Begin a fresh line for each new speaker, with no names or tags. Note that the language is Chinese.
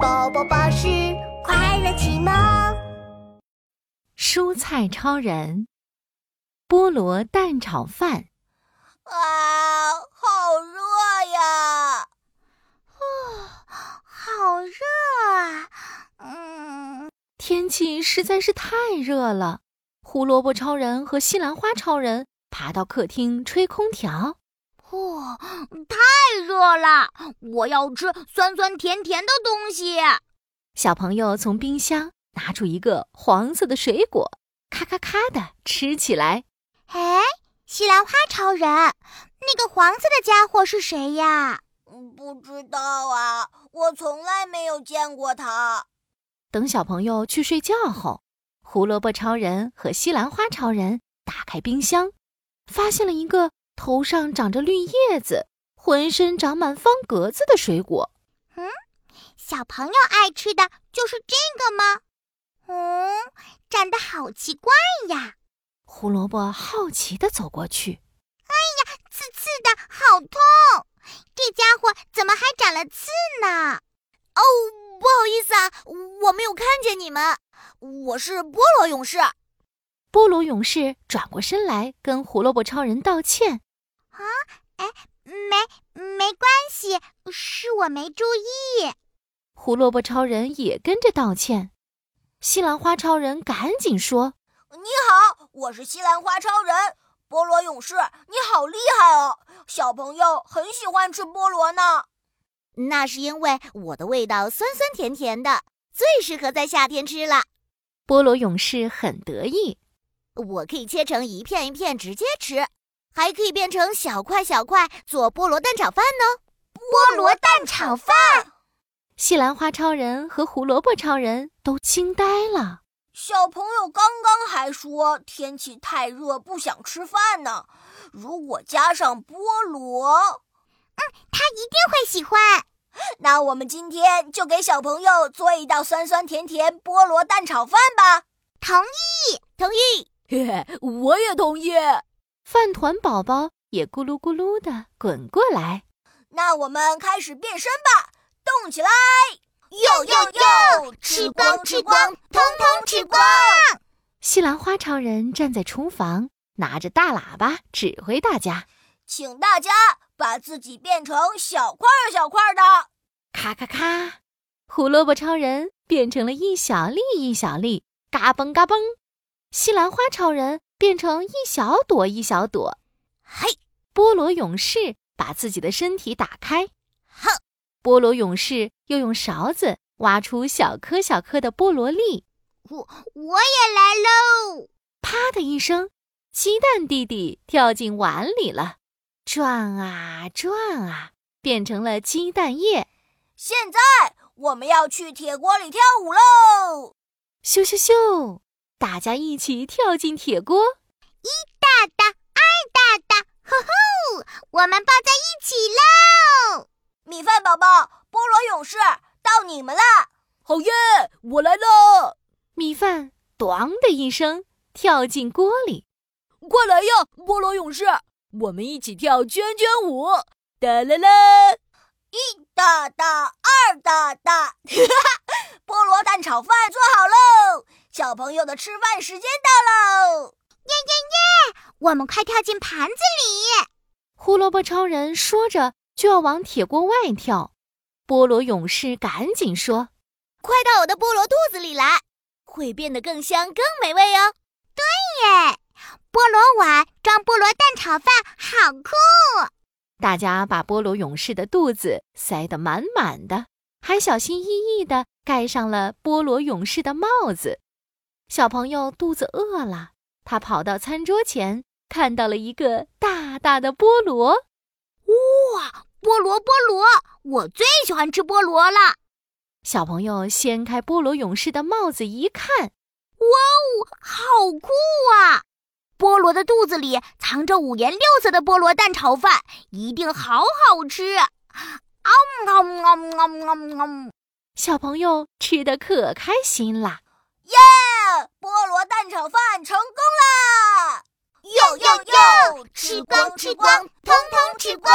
宝宝巴士快乐启蒙。
蔬菜超人，菠萝蛋炒饭，
啊，好热呀！
好热啊！嗯，
天气实在是太热了。胡萝卜超人和西兰花超人爬到客厅吹空调。
哦，太热了，我要吃酸酸甜甜的东西。
小朋友从冰箱拿出一个黄色的水果，咔咔咔的吃起来。
哎，西兰花超人，那个黄色的家伙是谁呀？
嗯不知道啊，我从来没有见过它。
等小朋友去睡觉后，胡萝卜超人和西兰花超人打开冰箱，发现了一个头上长着绿叶子、浑身长满方格子的水果。
小朋友爱吃的就是这个吗？嗯，长得好奇怪呀，
胡萝卜好奇地走过去，
刺刺的，好痛！这家伙怎么还长了刺呢？
哦，不好意思啊，我没有看见你们。我是菠萝勇士。
菠萝勇士转过身来跟胡萝卜超人道歉。
没没关系，是我没注意。
胡萝卜超人也跟着道歉。西兰花超人赶紧说
你好，我是西兰花超人。菠萝勇士，你好厉害哦！小朋友很喜欢吃菠萝呢。
那是因为我的味道酸酸甜甜的，最适合在夏天吃了。：“
菠萝勇士很得意。
我可以切成一片一片直接吃，还可以变成小块小块做菠萝蛋炒饭呢。
菠萝蛋炒饭，”
西兰花超人和胡萝卜超人都惊呆了。
小朋友刚刚还说天气太热不想吃饭呢，如果加上菠萝，
嗯他一定会喜欢。
那我们今天就给小朋友做一道酸酸甜甜菠萝蛋炒饭吧。
同
同意，
嘿嘿，我也同意。
饭团宝宝也咕噜咕噜地滚过来。
那我们开始变身吧，动起来！哟
哟
哟，
吃光吃光，通通吃光。
西兰花超人站在厨房，拿着大喇叭指挥大家。
请大家把自己变成小块儿小块儿的。
咔咔咔，胡萝卜超人变成了一小粒一小粒，嘎嘣嘎嘣；西兰花超人变成一小朵一小朵。
嘿，
菠萝勇士把自己的身体打开，
哼！
菠萝勇士又用勺子挖出小颗小颗的菠萝粒，
我也来喽！
啪啊的一声，鸡蛋弟弟跳进碗里了，转啊转啊，变成了鸡蛋液。
现在我们要去铁锅里跳舞喽！
咻咻咻！大家一起跳进铁锅。
大大爱大大，吼吼！我们抱在一起喽！
米饭宝宝、菠萝勇士，到你们啦！好耶，我来了！
米饭“咣”的一声跳进锅里，
快来呀，菠萝勇士，我们一起跳圈圈舞！哒啦啦，一哒哒，二哒哒， 菠萝蛋炒饭做好喽！小朋友的吃饭时间到喽！
我们快跳进盘子里！
胡萝卜超人说着就要往铁锅外跳。菠萝勇士赶紧说
快到我的菠萝肚子里来，会变得更香更美味哦。
耶！菠萝碗装菠萝蛋炒饭，好酷！：“
大家把菠萝勇士的肚子塞得满满的，还小心翼翼地盖上了菠萝勇士的帽子。”小朋友肚子饿了，他跑到餐桌前，看到了一个大大的菠萝。
菠萝菠萝，我最喜欢吃菠萝了。
小朋友掀开菠萝勇士的帽子一看，
好酷啊！菠萝的肚子里藏着五颜六色的菠萝蛋炒饭，一定好好吃。啊呜啊呜啊呜啊呜啊呜！
小朋友吃的可开心啦！
耶，菠萝蛋炒饭成功啦！哟哟哟，
吃光吃光，通通吃光！